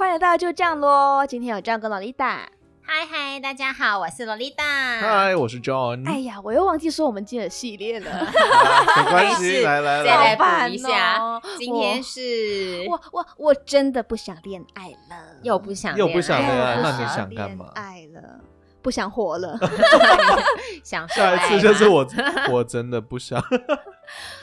来到就这样喽。今天有这样跟洛丽达。嗨嗨，大家好，我是洛丽达。嗨，我是 John。哎呀，我又忘记说我们今天的系列 了。啊 没关没系，事来来 再来，来补一下好烦哦今天是我我我真的不想恋爱了，又不想又不想恋恋爱爱了，那你想干嘛恋爱了，不想活了。 想说下一爱次就是吗我，我真的 不想。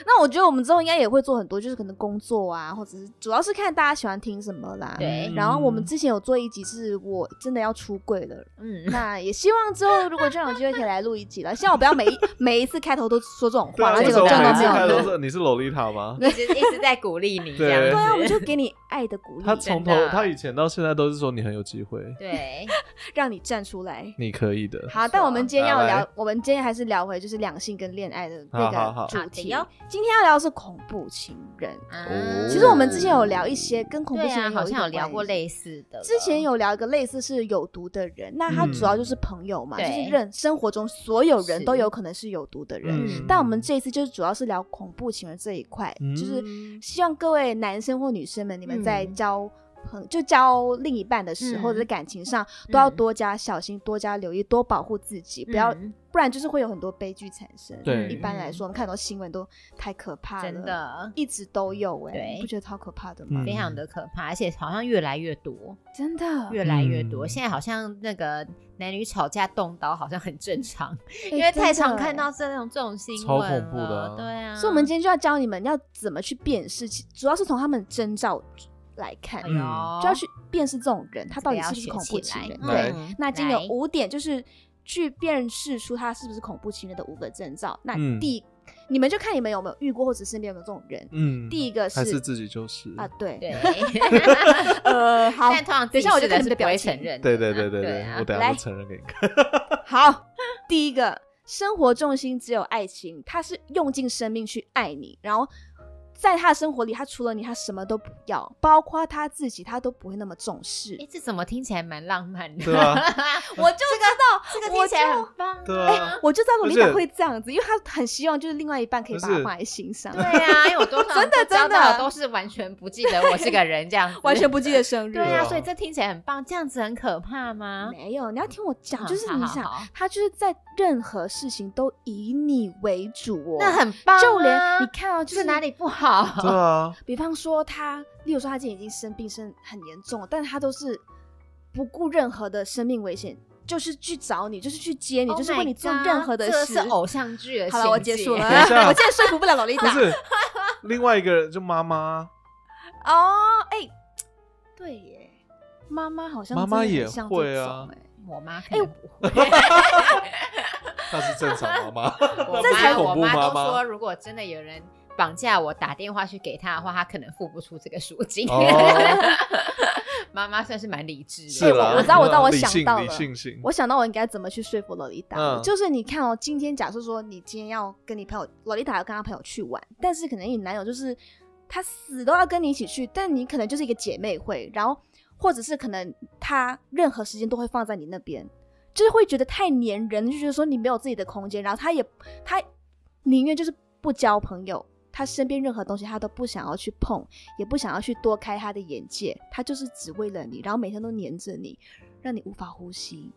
那我觉得我们之后应该也会做很多，就是可能工作啊，或者是主要是看大家喜欢听什么啦。对然后我们之前有做一集是我真的要出柜了，嗯，那也希望之后如果这样有机会可以来录一集了。希望我不要每一 每一次开头都说这种对话，啊，然后为结什果么这样每都没有次开头录。说你是洛丽塔吗？嗯一直一直在鼓励你这对样对啊，我们子，就给你爱的鼓励，他真从头，的他以前啊到现在都是说你很有机会，对，让你站出 来。你可以的。好，但我们今天要啊来聊来，我们今天还是聊回就是两性跟恋爱的那好好好个主题哦好的哟。今天要聊的是恐怖情人。啊哦其实我们之前有聊一些跟恐怖对情啊，人好一像有点聊关过系类似的了，嗯之前有聊一个类似是有毒的人，那嗯他主要就是朋友嘛，嗯就是对认生活中所有人是都有可能是有毒的人。嗯但我们这一次就是主要是聊恐怖情人这一块，嗯就是希望各位男生或女生们，你们嗯在交朋、就交另一半的时候，嗯或者是感情上，都要嗯多加小心，多加留意，多保护自己，不要、嗯不然就是会有很多悲剧产生。对一般来说，我们看很多新闻都太可怕了，真的一直都有哎、对你不觉得超可怕的吗？嗯非常的可怕，而且好像越来越多，真的，越来越多。嗯现在好像那个男女吵架动刀好像很正常，因因为太常看到这种这种新闻超了，恐怖的啊对啊。所以，我们今天就要教你们要怎么去辨识，其主要是从他们征兆来看，哎呦，嗯就要去辨识这种人，他这到个底要是不是学恐起怖情来人。嗯对，来那哦今天有来五点，就是去辨识出他是不是恐怖情人的五个征兆。那嗯第，你们就看你们有没有遇过，或者身边有没有这种人。嗯，第一个还是是自己就是啊，对，对，呃， 好，但通常等一下我就看看你们的表情承认的啊，对对对对对对，啊我等下来就承认给你看。好，第一个，生活重心只有爱情，他是用尽生命去爱你，然后在他的生活里，他除了你，他什么都不要，包括他自己，他都不会那么重视哎，。这怎么听起来蛮浪漫的？对啊我就知道，这个我听起来很棒。 欸对 啊，我就知道我不丽是塔会这样子，因为她很希望就是另外一半可以不把她是放在心上对，啊，因为我多少真的都交到真的都是完全不记得我是个人这样子， 完全不记得生日。 对对啊，啊所以这听起来很棒，这样子很可怕吗？没有，你要听我讲，嗯就是好你好想，好他就是在任何事情都以你为主哦，那很棒啊，就连你看哦，就是是哪里不好？ 对啊，比方说他，例如说他今天已经生病，生很严重了，但他都是不顾任何的生命危险，就是去找你，就是去接你 Oh 就是为你做 my god，任何的这事。是偶像剧的好了，我情节结束了， 等一下我现在说服不了老丽不达。是另外一个人就妈妈，哦，哎、对耶，妈妈好像妈妈真的也很像会这啊种哎我妈可能不会，她是正常妈 妈， 我这才妈我恐怖妈妈都妈说，如果真的有人绑架我，打电话去给他的话，他可能付不出这个赎金。哦 妈妈算是蛮理智的，是啦，我知道我知道我理想性到理了性性，我想到我应该怎么去说服洛丽达了，嗯就是你看哦，今天假设说你今天要跟你朋友，洛丽达要跟她朋友去玩，但是可能你男友就是他死都要跟你一起去，但你可能就是一个姐妹会，然后或者是可能他任何时间都会放在你那边，就是会觉得太粘人，就觉得说你没有自己的空间，然后他也他宁愿就是不交朋友。他身边任何东西，他都不想要去碰，也不想要去多开他的眼界，他就是只为了你，然后每天都黏着你，让你无法呼吸，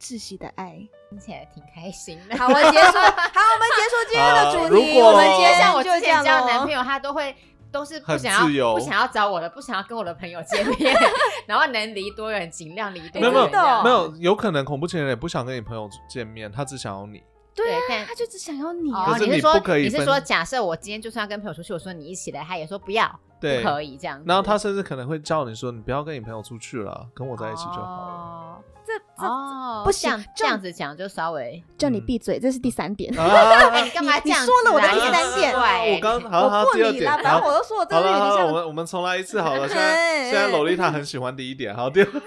窒息的爱。挺开心的。好，我结束。好，我们结束今天的主题。好如果我们接接像下我就之这前样交男朋友。友，他都会都是不很想要自由不想要找我的，不想要跟我的朋友见面，然后能离多远尽量离多没远。有没有真的哦没有，有可能恐怖情人也不想跟你朋友见面，他只想要你。对对啊，但他就只想要你啊。哦可，是你你说不可以你是分说，假设我今天就算要跟朋友出去，我说你一起来，他也说不要，不对，可以这样子。然后他甚至可能会叫你说：“你不要跟你朋友出去了，跟我在一起就好了。哦这这哦，不行这样这样子讲就稍微，叫你闭嘴，这是第三点。 啊 哎，你干嘛这你样子啊？说了我的你第三点很怪欸我刚好我好过第二你点，了，反好正我都说我这好个了好了，女我生们我们重来一次好了。 现在现在洛丽塔很喜欢第一点，好第二什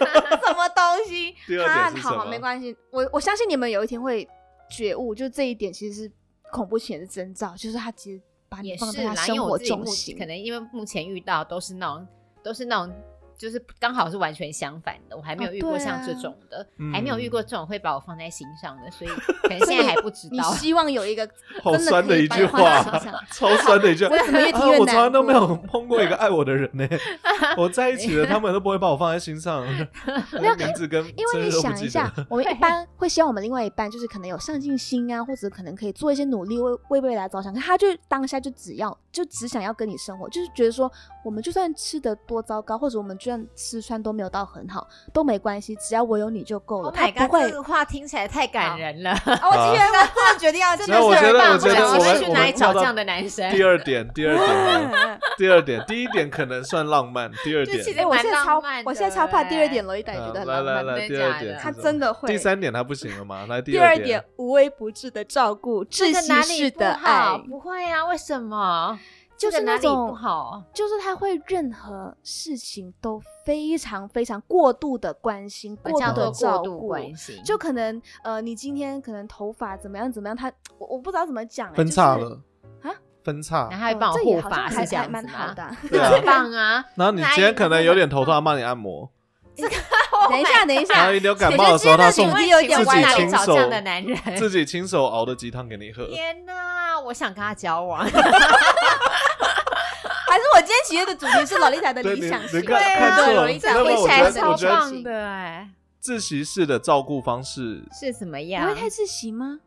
么东西第二啊点？是什好么好，没关系。我我相信你们有一天会觉悟，就这一点其实是恐怖情人的征兆，就是他其实把你也放是在他啦，因生为活我自己重目心可。能因为目前遇到都是那种都是那种就是刚好是完全相反的，我还没有遇哦过对啊像这种的，嗯还没有遇过这种会把我放在心上的，所以可能现在还不知你道。希望有一个好真酸可的以一把句你放在 话心上 超酸的一句话。 我怎么越听越 啊我难从来都没过有碰过一个爱我的人呢、 我在一起了，他们都不会把我放在 心上，我 名字跟因为真你的都不想一记 下得，我们一般会希望我们另外一半就是可能有上进心啊，或者可能可以做一些努力为为未来着想，可他就当下就只要就只想要跟你生活，就是觉得说我们就算吃的多糟糕，或者我们就算吃穿都没有到很好都没关系，只要我有你就够了。 Oh 他 my 哦不 god，会这个话听起来太感人了。 啊，我今天我突然决定要真没有我觉得，我觉得我我们去我哪里们找跳这到样的男生？第二点，第二点， 嗯第二点，第一点可能算浪漫，第二就其点，实哎，我蛮现在 超浪漫的我现在超怕欸第二点罗一达 也觉得呃很来浪来漫，来，真的第二假的点，他真的会。第三点他不行了嘛？来第第二点点，，无微不至的照顾，窒这个哪息里式不的好？爱，不会啊，为什么？就这是个哪那里不种好？就是他会任何事情都非常非常过度的关心，我过啊叫度做的过照度顾，关心，就可能呃，你今天可能头发怎么样怎么样，他我我不知道怎么讲、欸，分叉就是了啊，分叉呃然后。还帮我这也护好像发，还是这还样蛮子好吗？的 啊。 对啊很棒啊！然后你今天可能有点头痛，他帮你按摩。等一下，等一然 后下，你流感冒的时候，他送我觉得这有点自己歪打亲找这样的男人。手自己亲手熬的鸡汤给你喝。天哪，我想跟他交往。还是我今天企业的主题是老丽塔的 对理你想你型，看啊看错了，对那我么理我想觉型得我觉得得的哎，自习式的照顾方式是怎么不样会？太窒息吗？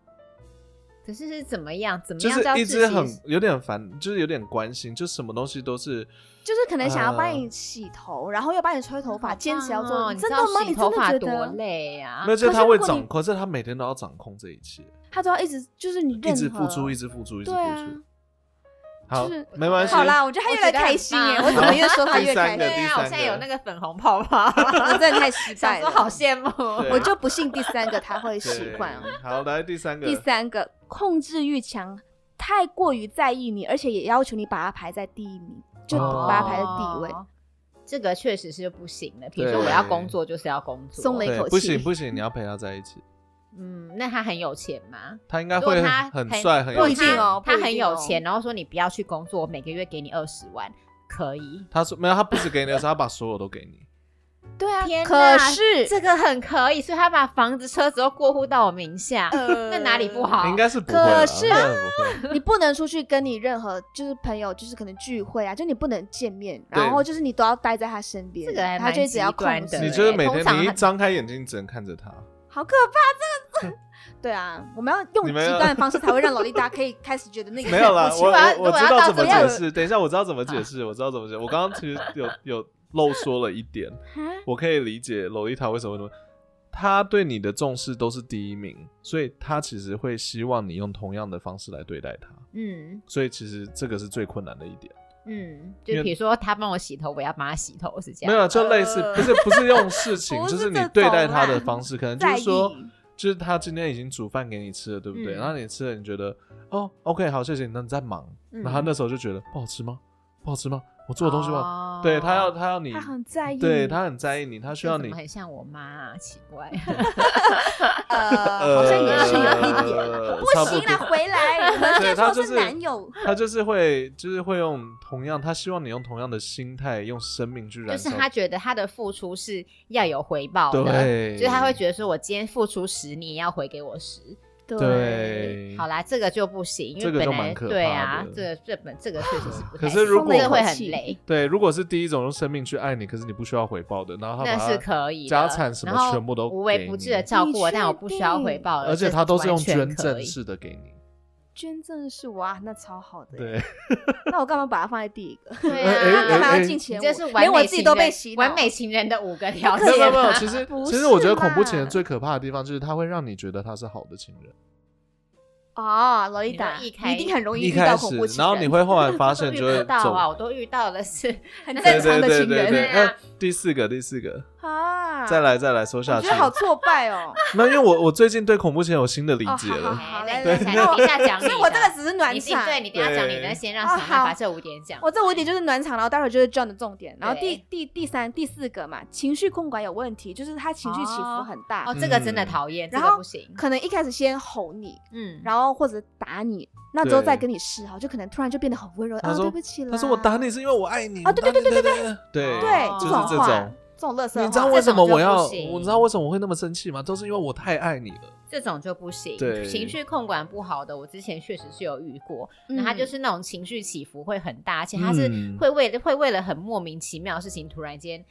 可是是怎么样？怎么就样是叫一自己直很有点烦，就是有点关心，就什么东西都是就是可能想要帮呃你洗头，然后又帮你吹头发，坚持要好棒做。哦你真知的道吗？洗你头真的发觉多得累啊没？有，就是可是他会如果你掌控，是他每天都要掌控这一切，他都要一直就是你一任直何付出，一直付出，一直付对啊出。好就是，没关系。好啦，我觉得他越来越开心 耶！我我觉得很怎棒么越说他第越三开个心？对啊，第我三现在个有那个粉红泡 泡，我真的太失想败说了，好羡慕。 对啊我就不信第三个他会对喜欢哦。好，来第三个，第三个，控制欲强，太过于在意你，而且也要求你把它排在第一名，就哦把它排在第一位。哦这个确实是不行的。比如对说我要工作，就是要工作。松了一对口气 不行不行，你要陪他在一起，嗯，那他很有钱吗？他应该如果会他很陪帅，很不有一钱定哦他不一很定哦有钱，然后说你不要去工作，我每个月给你二十万，可以。他说没有，他不止给你的时候，他把所有都给你。对啊天，可哪是这个很可以，所以他把房子、车子都过户到我名下，呃 那哪里不 好？应该是不会啦，可是应该 不会。你不能出去跟你任何就是朋友，就是可能聚会啊，就你不能见面，对然后就是你都要待在他身边，这个还他蛮就一直要极端控的制，你就是每通天常你一很张开眼睛，只能看着 他。好可怕，这个。 对啊，我们要用你极们要端的方式才会让老丽达可以开始觉得那个没有啦，不我喜欢我我知道怎么如果要到解释。等一下，我知道怎么解释，我知道怎么解释。我刚刚其实有有漏说了一点，我可以理解洛丽塔为什么会那么。他对你的重视都是第一名，所以他其实会希望你用同样的方式来对待他，嗯所以其实这个是最困难的一点。嗯，就因为比如说他帮我洗头，我要帮他洗头，是这样。没有，啊就类似呃不是不是用事 情不，是就是你这种对待他啦的方式，可能就在是说意，就是他今天已经煮饭给你吃了，对不对？嗯然后你吃了，你觉得哦，OK，好，谢谢你，那你在忙，嗯然后他那时候就觉得不好吃吗？不好吃吗？我做的东西吗？哦对他要他要你，他很在意你，对他很在意你，他需这要怎你么 很像我妈啊，奇 怪。呃，呃，好像也是有一点。差不行了，多。回 来，我们对先他说就是男友，他就是会，就是会用同样，他希望你用同样的心态，用生命去燃 就是烧。他觉得他的付出是要有回报的，对就是他会觉得说，我今天付出十，你也要回给我十。对好啦，这个就不行，因这为个本就来蛮可对怕啊的，这个这本这个确实是不太可行，是如果这个会很累，对，如果是第一种用生命去爱你，可是你不需要回报的，然后他那把是他可以的。家产什么然后全部都无微给不你至的照顾我，你但我确不需要回定报了，而且这他都完是用全捐可赠以式的给你。捐赠是哇，那超好的。对， 那我干嘛把它放在第一个？对哎哎他干啊，嘛哎要进前你五？这是完美连我自己情都被人洗脑完美情人的五 个条不没可件有以没有没有，啊。 其实不其实我觉得是恐怖嘛情人最可怕的地方就是他会让你觉得他是好的情人，哦，罗丽达，你你说一开一定很容易一遇到开恐始怖情人，然后你会后来 发现遇就不会到走啊啊，我都遇到了是很 对正对常的对哎情对对。人对啊那第四个第四个，啊。啊！再，来再来收下我去觉。得好挫败 哦。那因为我我最近对恐怖片有新的理哦解好了，好好哎来那来你来等一下那我讲 你所以我的这个只是暖你场。对你等一下讲你对的，先让哦小麦把好这五点讲。我这五点就是暖场，然后待会儿就是 John 的重点，然后第对第第三、第四个嘛，情绪控管有问题，就是他情绪起伏很大，哦，这个真的嗯讨厌，这然个后不行。可能一开始先吼你，嗯，然后或者打你，那之后对再跟你示好，就可能突然就变得很温柔他啊，说对不起啦。他说我打你是因为我爱你啊对对我打你对对对对对对哦这就是种这话种，。这种乐色，你知道为什么我要？这种就不行我知道为什么我会那么生气吗？都是因为我太爱你了。这种就不行。对情绪控管不好的，我之前确实是有遇过。那、嗯他就是那种情绪起伏会很大，而且他是嗯会为、会为了很莫名其妙的事情突然间。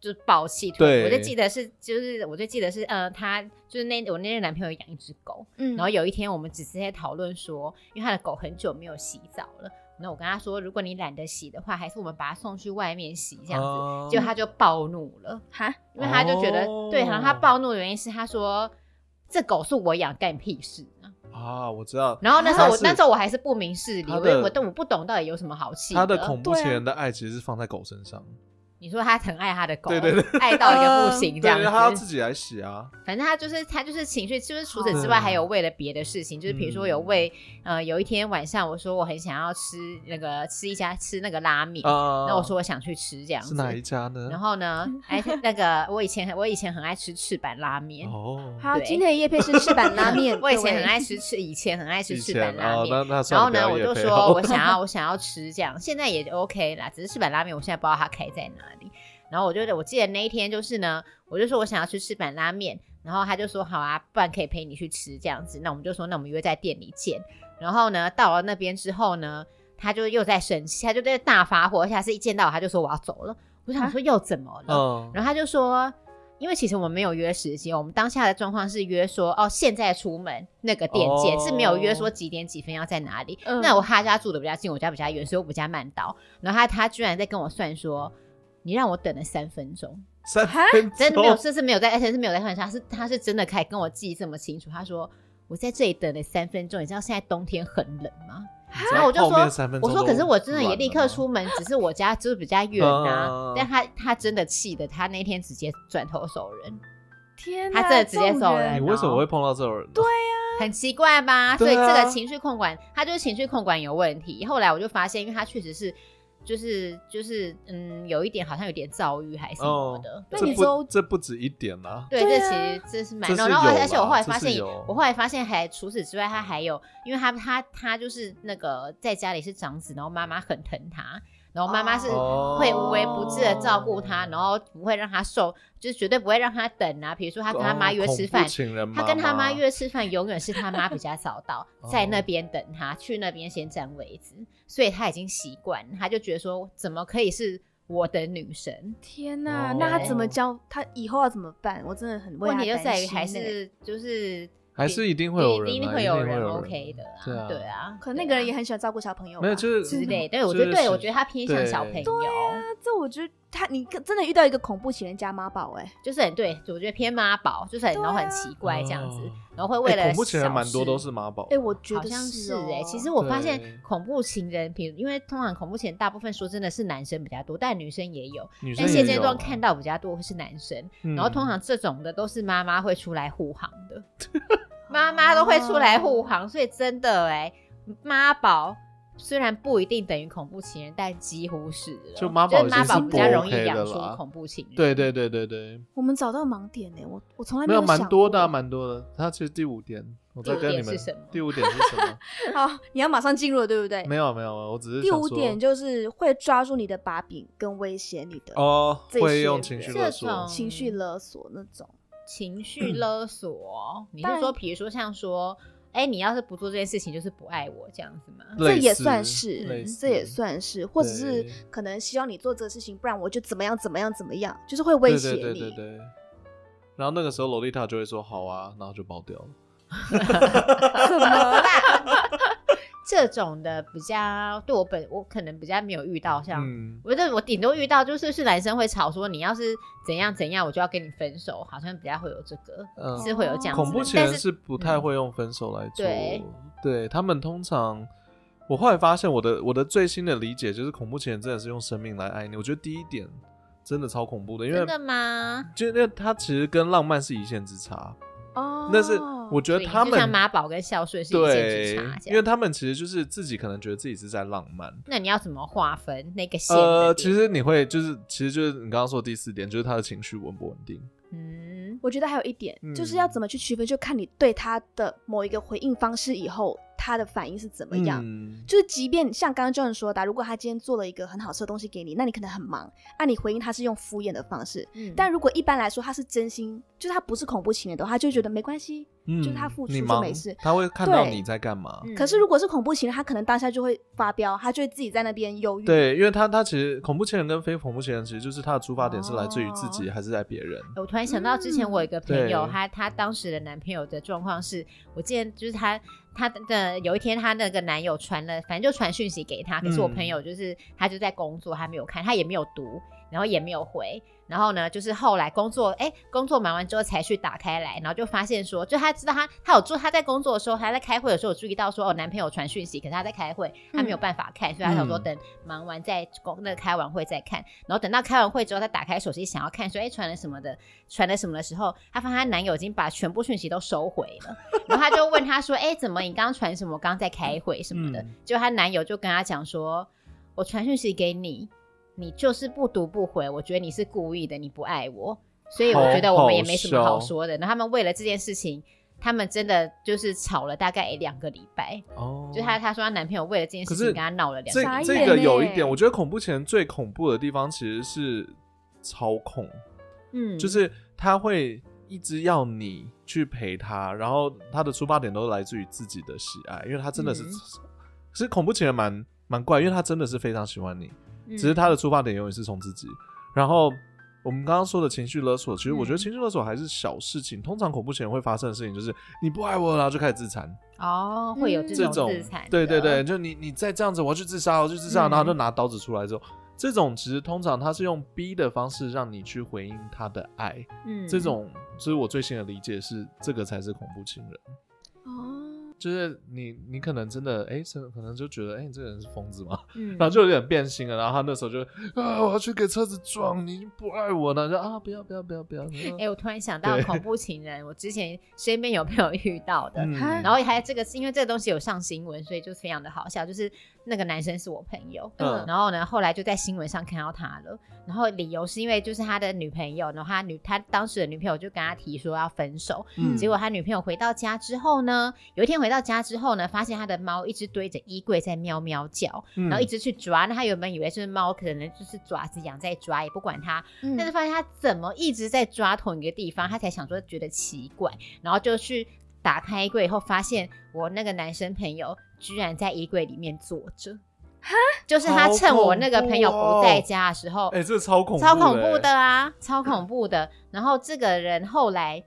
就爆气，突然对我就记得是，就是我就记得是，呃，他就是那我那任男朋友养一只狗，嗯然后有一天我们只是在讨论说，因为他的狗很久没有洗澡了，那我跟他说，如果你懒得洗的话，还是我们把它送去外面洗这样子，哦结果他就暴怒了。哈，因为他就觉得、哦对，然后他暴怒的原因是他说这狗是我养，干你屁事啊。啊，我知道然后那时候我他是那时候我还是不明事理，他我的也我都我不懂到底有什么好气他的恐怖对啊情人的爱其实是放在狗身上，你说他很爱他的狗，对对对 爱到一个不行这 啊对，他样要子自。己来洗啊。 反正他就是他就是情绪，就是除此之外好还有为了别的事嗯情，就是比如说有为呃有一天晚上我说我很想要吃那个吃一家吃那个拉面，啊，那我说我想去吃这样是子。哪一家呢？然后 呢，哎那个我以前很我以前很爱吃赤坂拉面，哦，好，对啊今天的叶片是赤坂拉面， 我以前很各位爱吃吃，以前很爱吃以赤坂前拉哦，面。那那然算后了呢，不我要就业配说 哦我想要我想要吃这样，现在也 OK 啦，只是赤坂拉面我现在不知道它开在哪里。然后我就我记得那一天就是呢，我就说我想要吃赤坂拉面，然后他就说好啊，不然可以陪你去吃这样子。那我们就说那我们约在店里见。然后呢，到了那边之后呢，他就又在生气，他就在大发火，而且他是一见到我他就说我要走了。我啊想说又怎么了？嗯， 然后他就说，因为其实我们没有约时间，我们当下的状况是约说，哦，现在出门那个店见，哦是没有约说几点几分要在哪里。嗯那我他家住的比较近，我家比较远，所以我比较慢到。然后他他居然在跟我算说。你让我等了三分钟，三哈分真的没有，钟这是没有在，而且是没有在开玩笑，他是他是真的可以跟我记这么清楚。他说我在这里等了三分钟，你知道现在冬天很冷吗？然后我就后说面三分，我钟说都可是我真的也软立了刻吗出门，只是我家就是比较远啊嗯。但他他真的气的，他那天直接转头走人，天他哪真的直接这种走人人你为什么会碰到这种人呢？啊对，很奇怪吧？所对以啊这个情绪控管，他就是情绪控管有问题。后来我就发现，因为他确实是。就是就是嗯，有一点好像有点躁郁还是什么哦的，那这你不都这不止一点啊，对，对这其啊实这是蛮这闹。是然后而有且而且我啦后来这发是现有，我后来发现还除此之外，他还有，因为他他他就是那个在家里是长子，然后妈妈很疼他，然后妈妈是哦会无微不至的照顾他，然后不会让他受，就是绝对不会让他等啊。比如说他跟他妈哦约恐吃怖饭，情人他跟他妈妈约吃饭，永远是他妈比较早 到哦，在那边等他，去那边先占位置，所以他已经习惯，他就觉得说怎么可以是我的女神？天哪哦，那他怎么教他以后要怎么办？我真的很为问他题就啊担在于心欸还呢是就是还是一定会有人啊，一一定定会会有人人 OK 的对啦，啊对啊，可能那个人对也啊很喜欢照顾小朋友吧，没有就是之类的。嗯对，我觉得就是对，我觉得他偏向小朋对友，那这我觉得他你跟真的遇到一个恐怖情人加妈宝哎、就是很对，我觉得偏妈宝，就是很对啊然后很奇怪这样子哦，然后会为哎了恐怖情人小蛮多事都是妈宝哎、，我觉好得像是哎、哎、其实我发现对恐怖情人，比如因为通常恐怖情人大部分说真的是男生比较多，但女生也有，女生但现也阶有段啊看，到比较多会是男生，嗯然后通常这种的都是妈妈会出来护航哦的，妈妈都会出来护航，所以真的哎、妈宝。虽然不一定等于恐怖情人，但几乎是了就妈宝就是已经妈宝是比不较容易 OK 养的出啦恐怖情人。对对对对对，我们找到盲点哎、我我从来没有有想蛮多的啊，过蛮多的。他其实第五点，我再第五跟你点们是什么第五点是什么？好，你要马上进入了，对不 对？没有没有，我只是第想五说点就是会抓住你的把柄跟威胁你的哦，这会些用人情绪这勒索种，情绪勒索那种。情绪勒索，你当是然说，比如说像说，哎、你要是不做这件事情，就是不爱我这样子吗？这类也似算是，类这也似算是，或者是对可能希望你做这个事情，不然我就怎么样怎么样怎么样，就是会威胁你。对对对对对。然后那个时候，洛丽塔就会说：“好啊。”然后就爆掉了。怎么啦？这种的比较对我本我可能比较没有遇到像。嗯，我觉得我顶多遇到就是是男生会吵说你要是怎样怎样，我就要跟你分手，好像比较会有这个，嗯是会有这样子的。恐怖情但嗯人是不太会用分手来做，对对他们通常。我后来发现，我的我的最新的理解就是，恐怖情人真的是用生命来爱你。我觉得第一点真的超恐怖的，因为真的吗？就因为它其实跟浪漫是一线之差，哦，但是我觉得对他就像们妈宝跟孝顺是一线之对差，这因为样。他们其实就是自己可能觉得自己是在浪漫，那你要怎么划分那个线在哪里？呃，其实你会就是，其实就是你刚刚说的第四点，就是他的情绪稳不稳定。嗯，我觉得还有一点、就是嗯要怎么去区分，就看你对他的某一个回应方式以后他的反应是怎么样。嗯，就是，即便像刚刚 John 说的啊，如果他今天做了一个很好吃的东西给你，那你可能很忙，那、你回应他是用敷衍的方式。嗯但如果一般来说他是真心，就是他不是恐怖情人的话，他就会觉得没关系。嗯就是他付出你就忙没事他会看到对你在干嘛。嗯可是如果是恐怖情人，他可能当下就会发飙，他就会自己在那边嗯忧郁。，对，因为他他其实恐怖情人跟非恐怖情人，其实就是他的出发点是来自于自己哦还是在别人。我突然想到，之前我有一个朋友，嗯对她她当时的男朋友的状况是，我记得就是她她的有一天，她那个男友传了，反正就传讯息给她，可是我嗯朋友就是她就在工作，她没有看，她也没有读，然后也没有回，然后呢，就是后来工作，哎、工作忙完之后才去打开来，然后就发现说，就她知道她她有做，她在工作的时候，她在开会的时候有注意到说，哦，男朋友传讯息，可是她在开会，她没有办法看，所以她想说嗯等忙完再工那个开完会再看，然后等到开完会之后，她打开手机想要看说，哎、传了什么的，传了什么的时候，她发现她男友已经把全部讯息都收回了， 然后她就问她说，哎、怎么你刚刚传什么？我刚刚在开会什么的，嗯结果她男友就跟她讲说，我传讯息给你，你就是不读不回，我觉得你是故意的，你不爱我，所以我觉得我们也没什么好说的。然后他们为了这件事情，他们真的就是吵了大概两个礼拜。哦，就她她说她男朋友为了这件事可情是跟她闹了两这个礼傻拜眼欸这个呢有一点，我觉得恐怖情人最恐怖的地方其实是操控，嗯，就是他会一直要你去陪他，然后他的出发点都来自于自己的喜爱，因为他真的是，嗯其实恐怖情人蛮蛮怪，因为他真的是非常喜欢你，嗯只是他的出发点永远是从自己。然后我们刚刚说的情绪勒索，其实我觉得嗯情绪勒索还是小事情，通常恐怖情人会发生的事情就是你不爱我了，然后就开始自残，哦会有嗯这这种种自残，对对对，，就你你再这样子，我要去自杀，我要去自杀，嗯然后就拿刀子出来之后。这种其实通常他是用逼的方式让你去回应他的爱，嗯，这种就是我最新的理解是，这个才是恐怖情人。哦，就是你，你可能真的，哎、这可能就觉得，哎、你这个人是疯子吗？嗯，然后就有点变心了。然后他那时候就，啊，我要去给车子撞，你不爱我了。然后就啊，不要，不要，不要，不嗯要。哎、我突然想到对恐怖情人，我之前身边有朋友遇到的，嗯然然后还有这个是因为这个东西有上新闻，所以就非常的好笑。就是那个男生是我朋友，嗯然后呢，后来就在新闻上看到他了。然后理由是因为就是他的女朋友，然后他女他当时的女朋友就跟他提说要分手。嗯结果他女朋友回到家之后呢，有一天回到家之后呢，发现他的猫一直堆着衣柜在喵喵叫，嗯然后一直去抓。那他原本以为就是猫可能就是爪子痒在抓，也不管它，嗯但是发现他怎么一直在抓同一个地方，他才想说觉得奇怪，然后就去打开衣柜以后，发现我那个男生朋友居然在衣柜里面坐着，就是他趁我那个朋友不在家的时候，哎、这个超恐怖、欸超恐怖的。啊，超恐怖的。然后这个人后来。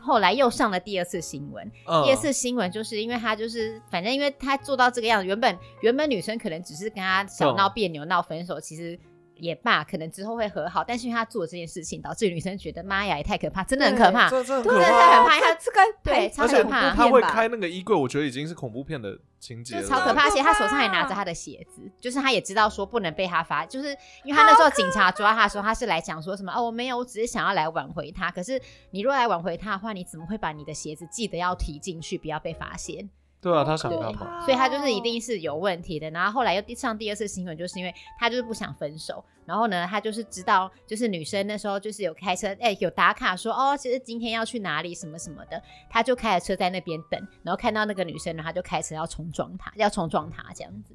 后来又上了第二次新闻，嗯、第二次新闻就是因为他就是，反正因为他做到这个样子，原本原本女生可能只是跟他小闹别扭、闹分手，其实也罢，可能之后会和好，但是因为他做这件事情，导致女生觉得妈呀，也太可怕，真的很可怕，这这很真可的是怕。很怕，因为他这个对超而且可怕他会开那个衣柜，我觉得已经是恐怖片的情节就了。是超可怕，而且他手上还拿着他的鞋子，就是他也知道说不能被他发，就是因为他那时候警察抓他的时候，他是来讲说什么哦，我没有，我只是想要来挽回他。可是你若来挽回他的话，你怎么会把你的鞋子记得要提进去，不要被发现？对啊，他想对干嘛？所以他哦就是一定是有问题的。然后后来又上第二次新闻，就是因为他就是不想分手。然后呢，他就是知道，就是女生那时候就是有开车，哎、有打卡说哦，其实今天要去哪里什么什么的，他就开着车在那边等，然后看到那个女生，然后他就开车要冲撞她，要冲撞她这样子。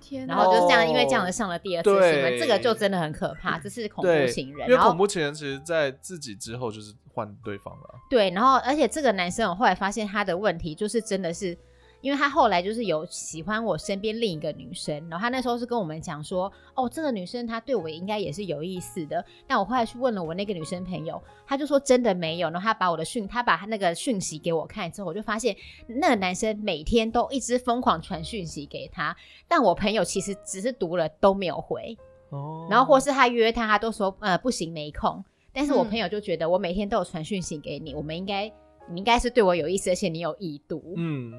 天哪，然后就这样，哦因为这样子上了第二次新闻，对这个就真的很可怕，这是恐怖对，情人。因为然后恐怖情人其实，在自己之后就是换对方了。对，然后而且这个男生，我后来发现他的问题就是真的是，因为他后来就是有喜欢我身边另一个女生，然后他那时候是跟我们讲说，哦，这个女生她对我应该也是有意思的。但我后来去问了我那个女生朋友，她就说真的没有。然后她把我的讯，她把她那个讯息给我看之后，我就发现那个男生每天都一直疯狂传讯息给她，但我朋友其实只是读了都没有回。哦然后或是他约他，他都说呃不行没空。但是我嗯朋友就觉得我每天都有传讯息给你，我们应该你应该是对我有意思，而且你有意图。嗯，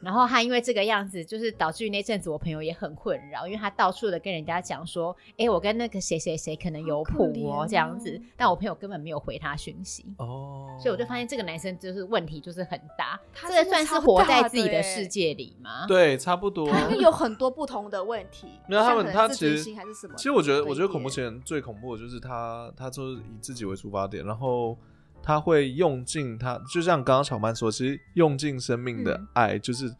然后他因为这个样子，就是导致于那阵子我朋友也很困扰，因为他到处的跟人家讲说，哎，我跟那个谁谁谁可能有好可谱怜哦，这样哦子，但我朋友根本没有回他讯息，哦，所以我就发现这个男生就是问题就是很大，他这个真的算是超活大在的自己欸的世界里吗？对，差不多。他应该有很多不同的问题， 没有他像们可能他自其尊实心还是什么的。其实我觉得，我堆觉得恐怖叠情人最恐怖的就是他，他就是以自己为出发点，然后他会用尽他，就像刚刚小曼说，其实用尽生命的嗯爱，就是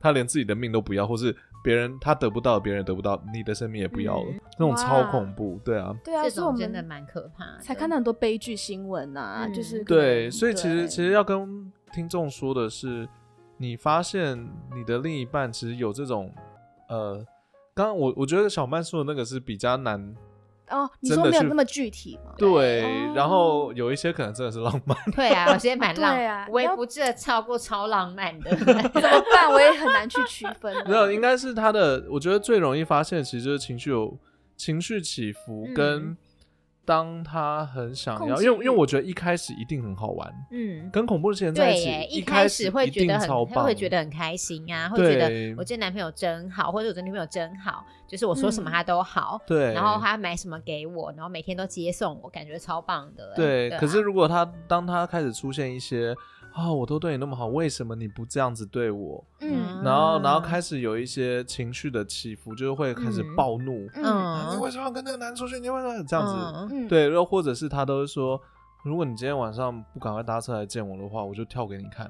他连自己的命都不要，或是别人他得不到，别人也得不到，你的生命也不要了，嗯那种超哇恐怖，对啊。对啊，这所以我种真的们蛮可怕的，才看到很多悲剧新闻啊，嗯就是可能对，所以其实对其实要跟听众说的是，你发现你的另一半其实有这种，呃，刚刚我我觉得小曼说的那个是比较难，哦，你真说的没有去那么具体吗？ 对，哦然后有一些可能真的是 浪漫， 对啊，有些蛮 浪，对啊微要不至的超过超浪漫 的，怎么办？我也很难去区分啊了。没有，应该是他的，我觉得最容易发现其实就是情绪有情绪起伏嗯跟。当他很想控要，制因为因为欲我觉得一开始一定很好玩，嗯。跟恐怖情人在对一耶，起，一开始会一觉得定很超，棒，会觉得很开心啊，会觉对得我这男朋友真好，或者我这女朋友真好，就是我说什么嗯他都好，对。然后他买什么给我，然后每天都接送我，感觉超棒的欸。对，啊可是如果他当他开始出现一些啊、我都对你那么好，为什么你不这样子对我？嗯然后，然后啊开始有一些情绪的起伏，就是会开始嗯暴怒，嗯啊、你为什么要跟那个男出去？你为什么这样子？嗯嗯，对，又或者是他都会说，如果你今天晚上不赶快搭车来见我的话，我就跳给你看。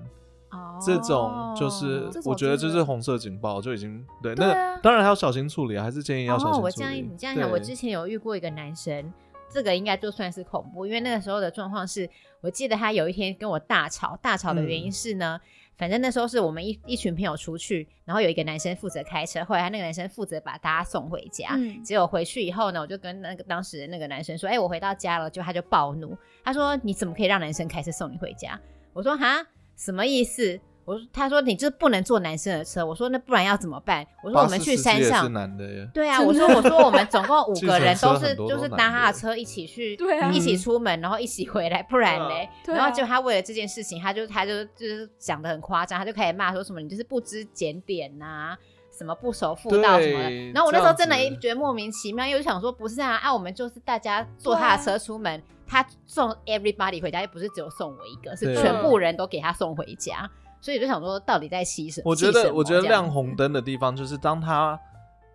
哦这种就是这，种我觉得真就的是红色警报，就已经对。对那啊当然还要小心处理啊，还是建议要小哦，我心这处样理。你这样讲，我对之前有遇过一个男生，这个应该就算是恐怖，因为那个时候的状况是，我记得他有一天跟我大吵，大吵的原嗯因是呢，反正那时候是我们一一群朋友出去，然后有一个男生负责开车，后来他那个男生负责把大家送回家。嗯，结果回去以后呢，我就跟那个当时的那个男生说：“哎、我回到家了。”就他就暴怒，他说：“你怎么可以让男生开车送你回家？”我说：“哈，什么意思？”我说：“他说你这不能坐男生的车。”我说：“那不然要怎么办？”我说：“巴我们士去司机山也上是，男的耶，对啊，真我的说我说我们总 共五计个人程都车是很多就都是男搭他的的车一起去，对啊一起出门，然后一起回来，不然对啊嘞，对然啊后就他为了这件事情，他就他就就是讲的很夸张，他就开始骂说什么你就是不知检点呐、什么不守妇道什么对的，然后我那时候真的这样子觉得莫名其妙，因为我想说不是啊，啊我们就是大家坐他的对啊车出门，他送 everybody 回家，又不是只有送我一个，是对啊全部人都给他送回家，所以就想说到底在吸什么？我觉气什得，么我觉得这样嗯亮红灯的地方就是当他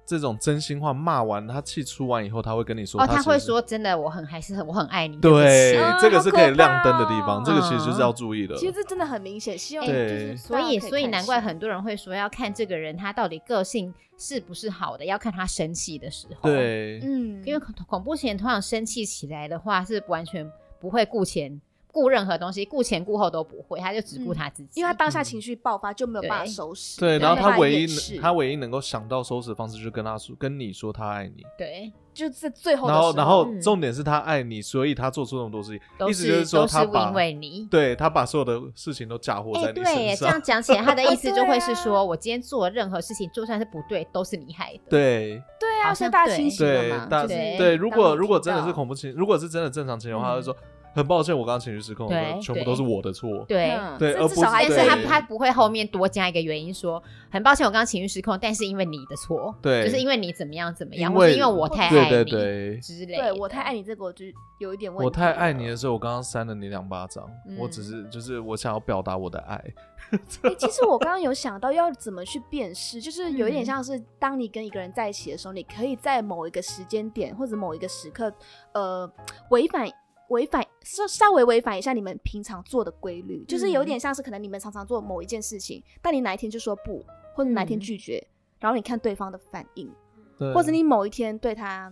这种真心话骂完，他气出完以后，他会跟你说，哦，他其会实说真的，我很还是很我很爱你。不对起哦啊，这个是可以亮灯的地好可怕哦方，这个其实就是要注意的。其实这真的很明显，希望哎就是对所大家以可所以看难怪清很多人会说要看这个人他到底个性是不是好的，要看他生气的时候。，对，嗯，因为恐恐怖前通常生气起来的话是完全不会顾前顾任何东西，顾前顾后都不会，他就只顾嗯他自己。因为他当下嗯情绪爆发就没有办法对收拾，对，没然后有他办法唯一掩能饰他唯一能够想到收拾的方式，就是跟他说跟你说他爱你，对就在最后的然后时然候后嗯重点是他爱你，所以他做出那么多事情，都意思就是是说都是他把因为你。对他把所有的事情都嫁祸在你哎对耶，身这样上，讲起来，他 的意思哦就对会是啊说，我今天做任何事情，就算是不对，都是你害的。对对好啊，所以像大对嗯家清醒对了嘛，大就是对，如当果我如果真的听是到恐怖情，如果是真的正常情人的话，他就说很抱歉，我刚刚情绪失控，对全部都是我的错，对，嗯对这而至不少还但对是可以他他不会后面多加一个原因说，很抱歉我刚刚情绪失控，但是因为你的错，对就是因为你怎么样怎么样，因或是为因为我太对爱对你对，之类对的，我太爱你这个，我就有一点问题，我太爱你的。时候，我刚刚扇了你两巴掌，我只嗯是就是我想要表达我的爱，哎、其实我刚刚有想到要怎么去辨识，就是有一点嗯像是当你跟一个人在一起的时候，你可以在某一个时间点或者某一个时刻，呃，违反。违反稍稍微违反一下你们平常做的规律，就是嗯有点像是可能你们常常做某一件事情，但你哪一天就说不，或者哪一天嗯拒绝，然后你看对方的反应，对或者你某一天对他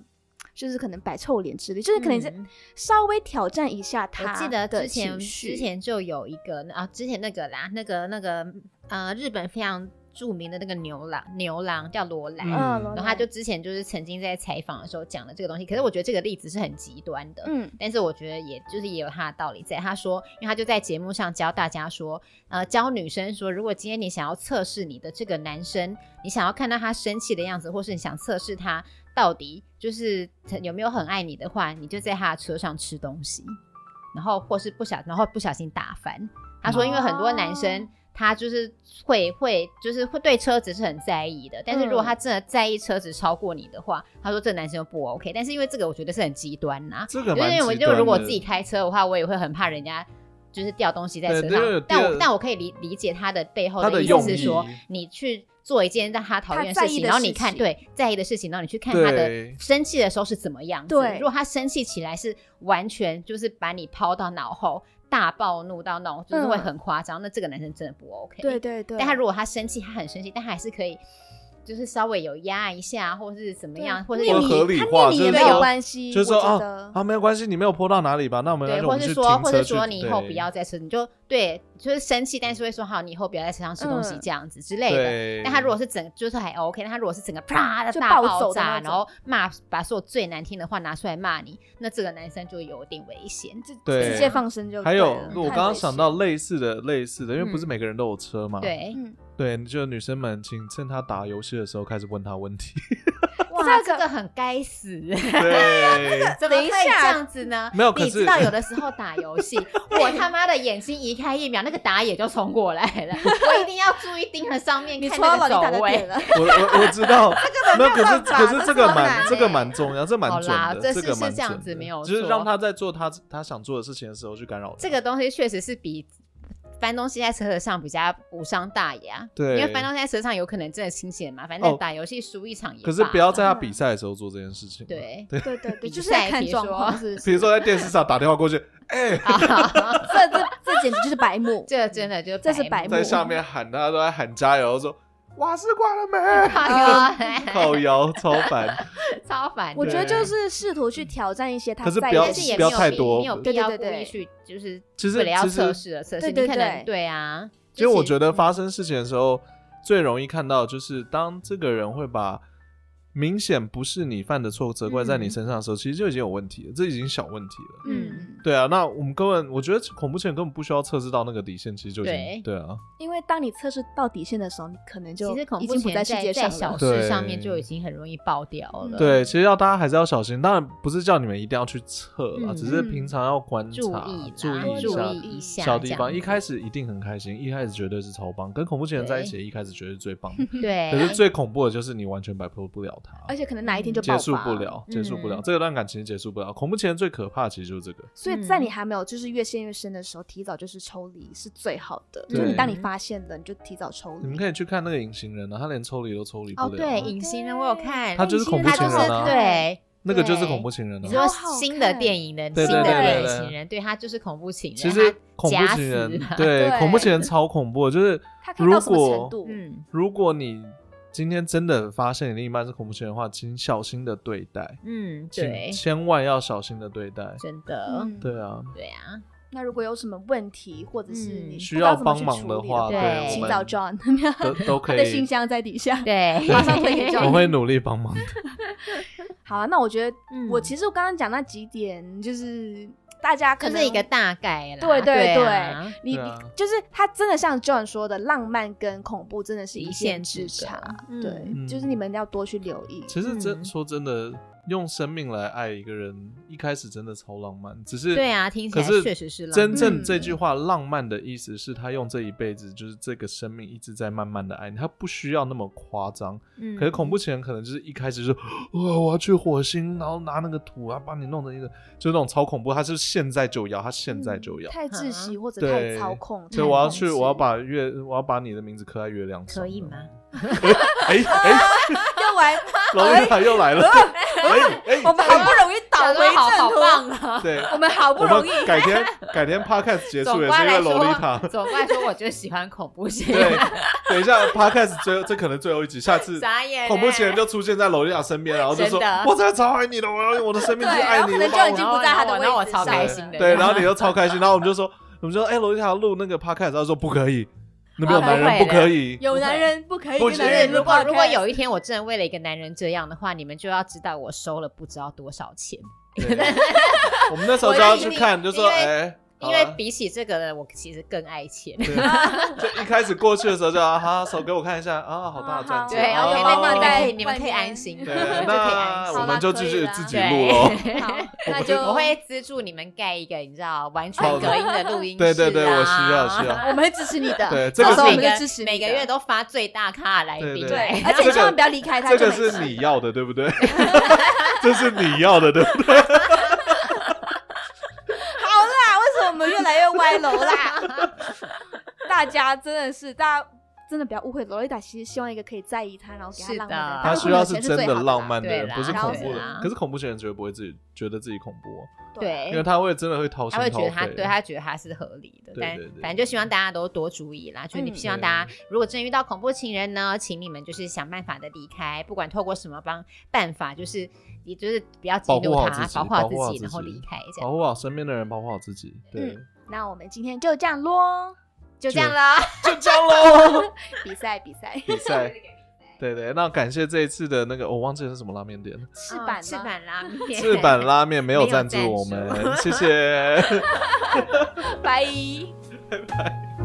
就是可能摆臭脸之类，就是可能是嗯稍微挑战一下他我记得的之前情绪之前就有一个啊，之前那个啦，那个那个呃，日本非常著名的那个牛郎牛郎叫罗兰，嗯嗯，然后他就之前就是曾经在采访的时候讲了这个东西，可是我觉得这个例子是很极端的，嗯但是我觉得也就是也有他的道理在。他说，因为他就在节目上教大家说，呃，教女生说，如果今天你想要测试你的这个男生，你想要看到他生气的样子，或是你想测试他到底就是有没有很爱你的话，你就在他的车上哦吃东西，然后或是不小，然后不小心打翻。他说，因为很多男生。他就是会会就是会对车子是很在意的，但是如果嗯他真的在意车子超过你的话，他说这男生就不 OK。但是因为这个，我觉得是很极端呐、这就个是蛮因为我极就端如果的自己开车的话，我也会很怕人家就是掉东西在对车那个上。但我掉但我可以理理解他的背后他的意用思是说意，你去做一件让他讨厌他在事意情，的然后事你看情对在意的事情，然后你去看他的对生气的时候是怎么样子。对如果他生气起来是完全就是把你抛到脑后，大暴怒到那种就是会嗯很夸张，那这个男生真的不 OK。对对对，但他如果他生气，他很生气，但他还是可以。就是稍微有压一下，或是怎么样，或是那有你合理化他那就你也是没说有关系，就是说我觉啊得啊，没有关系，你没有泼到哪里吧？那我们对，那或我们是去说，停或是车去说你以后对不要在车，你就对，就是生气，但是会说好，你以后不要在车上吃东西嗯这样子之类的。对。但他如果是整，就是还 OK，但他如果是整个啪的就大暴爆走的炸，那然后骂把所有最难听的话拿出来骂你，那这个男生就有点危险。就对直接放生就还对有了我太刚刚危想险到了类似的类似的，因为不是嗯每个人都有车嘛，对，嗯，对，就女生们，请趁他打游戏的时候开始问 他问题。哇，这这个个很该死。 对，怎么可等以一这下样子呢？没有可你是知道有的时候打游 戏，我他妈的眼睛移开一秒，那个打野就冲过来了，我一定要注意盯着上面你看戳到那老个李打的走哎位 点。了，我我我知道，没有，可是办法可是这这超个难蛮这个欸蛮重要，这蛮好准啦的，这这是个是蛮这样准子的没有就是错让他在做他他想做的事情的时候去干扰他这个东西确实是比翻东西在车上比较无伤大雅，对，因为翻东西在车上有可能真的清闲嘛，反正哦打游戏输一场也罢可了、是不要在他嗯比赛的时候做这件事情。，对。对对对，比就是要赛看比如状说 况，是不比如是？说在电视上打电话过去，啊，，这这这简直就是白目这真的就这是白目目在下面喊他都在喊加油，说瓦斯关了没？ 靠靠腰超烦， 超烦的。我觉得对就是试图去挑战一些他可是在不意要的但事是情也不没要有太必多你有必要故对对对意去，就是其实为了要其实测试而测试，对你可对能对对啊，其实我就觉得发生事情的时候，最容易看到就是当这个人会把明显不是你犯的错责怪在你嗯身上的时候，其实就已经有问题了，这已经小问题了。嗯，对啊，那我们根本我觉得恐怖情人根本不需要测试到那个底线，其实就已经对对啊，因为当你测试到底线的时候，你可能就其实恐已怖经不情人世界在在上小了。事上面对就已经很容易爆掉了，对，其实要大家还是要小心。当然不是叫你们一定要去测啦，嗯只是平常要观察注意啦、意一注下意一下小这地样方。子一开始一定很开心，一开始绝对是超棒，跟恐怖情人在一起，一开始绝对是最棒的。 对，可是最恐怖的就是你完全摆脱不了他，而且可能哪一天就结爆束发嗯不。了，结束不了、嗯这段感情结束不了。恐怖情人最可怕，其实就是这个。所以在嗯你还没有就是越陷越深的时候，提早就是抽离是最好的。对就你当你发现了，你就提早抽你们离。可以去看那个隐形人啊，他连抽离都抽离不了哦啊、对，隐形人我有看，他就是恐怖他情就人是啊对。那个就是恐怖情人你啊。说好好新的看电影的对新的对对电对影对情人，对他就是恐怖情人，其实他恐怖假情人死了，对对恐怖情人超恐怖的，就是 他可以如到什么程果度？嗯，如果你今天真的发现你另一半是恐怖情人的话，请小心的对待，嗯，请对，千万要小心的对待。真的，嗯，对啊，对啊，那如果有什么问题，或者是嗯你需要帮不知道怎么去忙的处理话，对对，请我找们 John， 都都他可的信以，箱在底下。对，马上退给 John 我会努力帮忙的。好啊，那我觉得嗯我其实我刚刚讲那几点，就是大家可 就能是一个大概啦，对对对啊你对啊你就是它真的像 John 说的，浪漫跟恐怖真的是一一线线之之差。隔对，嗯就是你们要多去留意。其实真嗯说真的，用生命来爱一个人，一开始真的超浪漫，只是对啊听起来可是确实是浪漫真正这句话浪漫的意思是他用这一辈子，就是这个生命一直在慢慢的爱你，他不需要那么夸张。嗯可是恐怖情人可能就是一开始就哇我要去火星，然后拿那个土啊把你弄成一个，就是那种超恐怖，他是现在就要，他现嗯在就要。嗯太窒息或者对太操控，所以太我要控去，制我要 把月，我要把你的名字刻在月亮上。可以吗？？哎哎，要玩，老丽塔又来了。哎哎，我们好不容易 倒小回哥好正好棒途，啊！对，我们好不我容易。们改天改天 podcast 结总束也是观因来为说，洛丽塔。 总观来说，我就喜欢恐怖型。对，等一下 podcast 最后这可能最后一集，下次傻眼欸恐怖情人就出现在罗莉亚身边，然后就真说的我真的超爱你的，我要用我的生命去对然爱后你，可能我把就已经我不在他的位置上然了后哦我超开心的，对， 然后你就超开心，然后我们就说我们就说哎，罗莉塔要录那个 podcast，然后说不可以，那边有啊男人不不会可以，有男人不可以不跟行男就是人如果如果 podcast 有一天我真的为了一个男人这样的话，你们就要知道我收了不知道多少钱， 对我们那时候就要去看，就说因为哎，因好为啊比起这个，我其实更爱钱。对就一开始过去的时候就啊哈，手给我看一下啊，好大的钻戒，对啊，OK，好好那你好们可在 以你们可以外面 安心，就对可以安那 心我。们就继续自己录哦对喽。好那们就我会资助你们盖一个，你知道完全好的隔音的录音室、啊。对对对，我需要需要。我们会支持你的。对 这到个时候我每们个会支持你的每个月都发最大咖的来对宾，对对，而然后且千万不要离开他。这就个没事是你要的，对 不对？这是你要的，对不对？好啦，为什么我们越来越歪楼啦？ 大家真的是，大家真的不要误会，罗丽达其实希望一个可以在意他，然后给他是浪漫的的。他他需要是是真的浪漫的人对，啦不是恐怖对的啦人。可是恐怖情人绝对不会自己觉得自己恐怖哦，对因为他会真的会掏哎他心会觉得掏他对肺。他觉得他是合理的，对但对对啊反正就希望大家都多注意啦。就是你嗯希望大家如果真遇到恐怖情人呢，请你们就是想办法的离开，不管透过什么方办法，就是你就是不要激保护怒好他，自己保护好保护好自己，自然后己离开这样。保护好身边的人，保护好自己。 对，那我们今天就这样咯，就这这样样啦，就这样哦喽。 比赛比赛，比赛，对对，那感谢这一次的那个，我忘记是什么拉面店了，赤坂吗赤坂拉面，赤坂拉面没有没有赞助赞我助们，谢谢。拜。拜拜。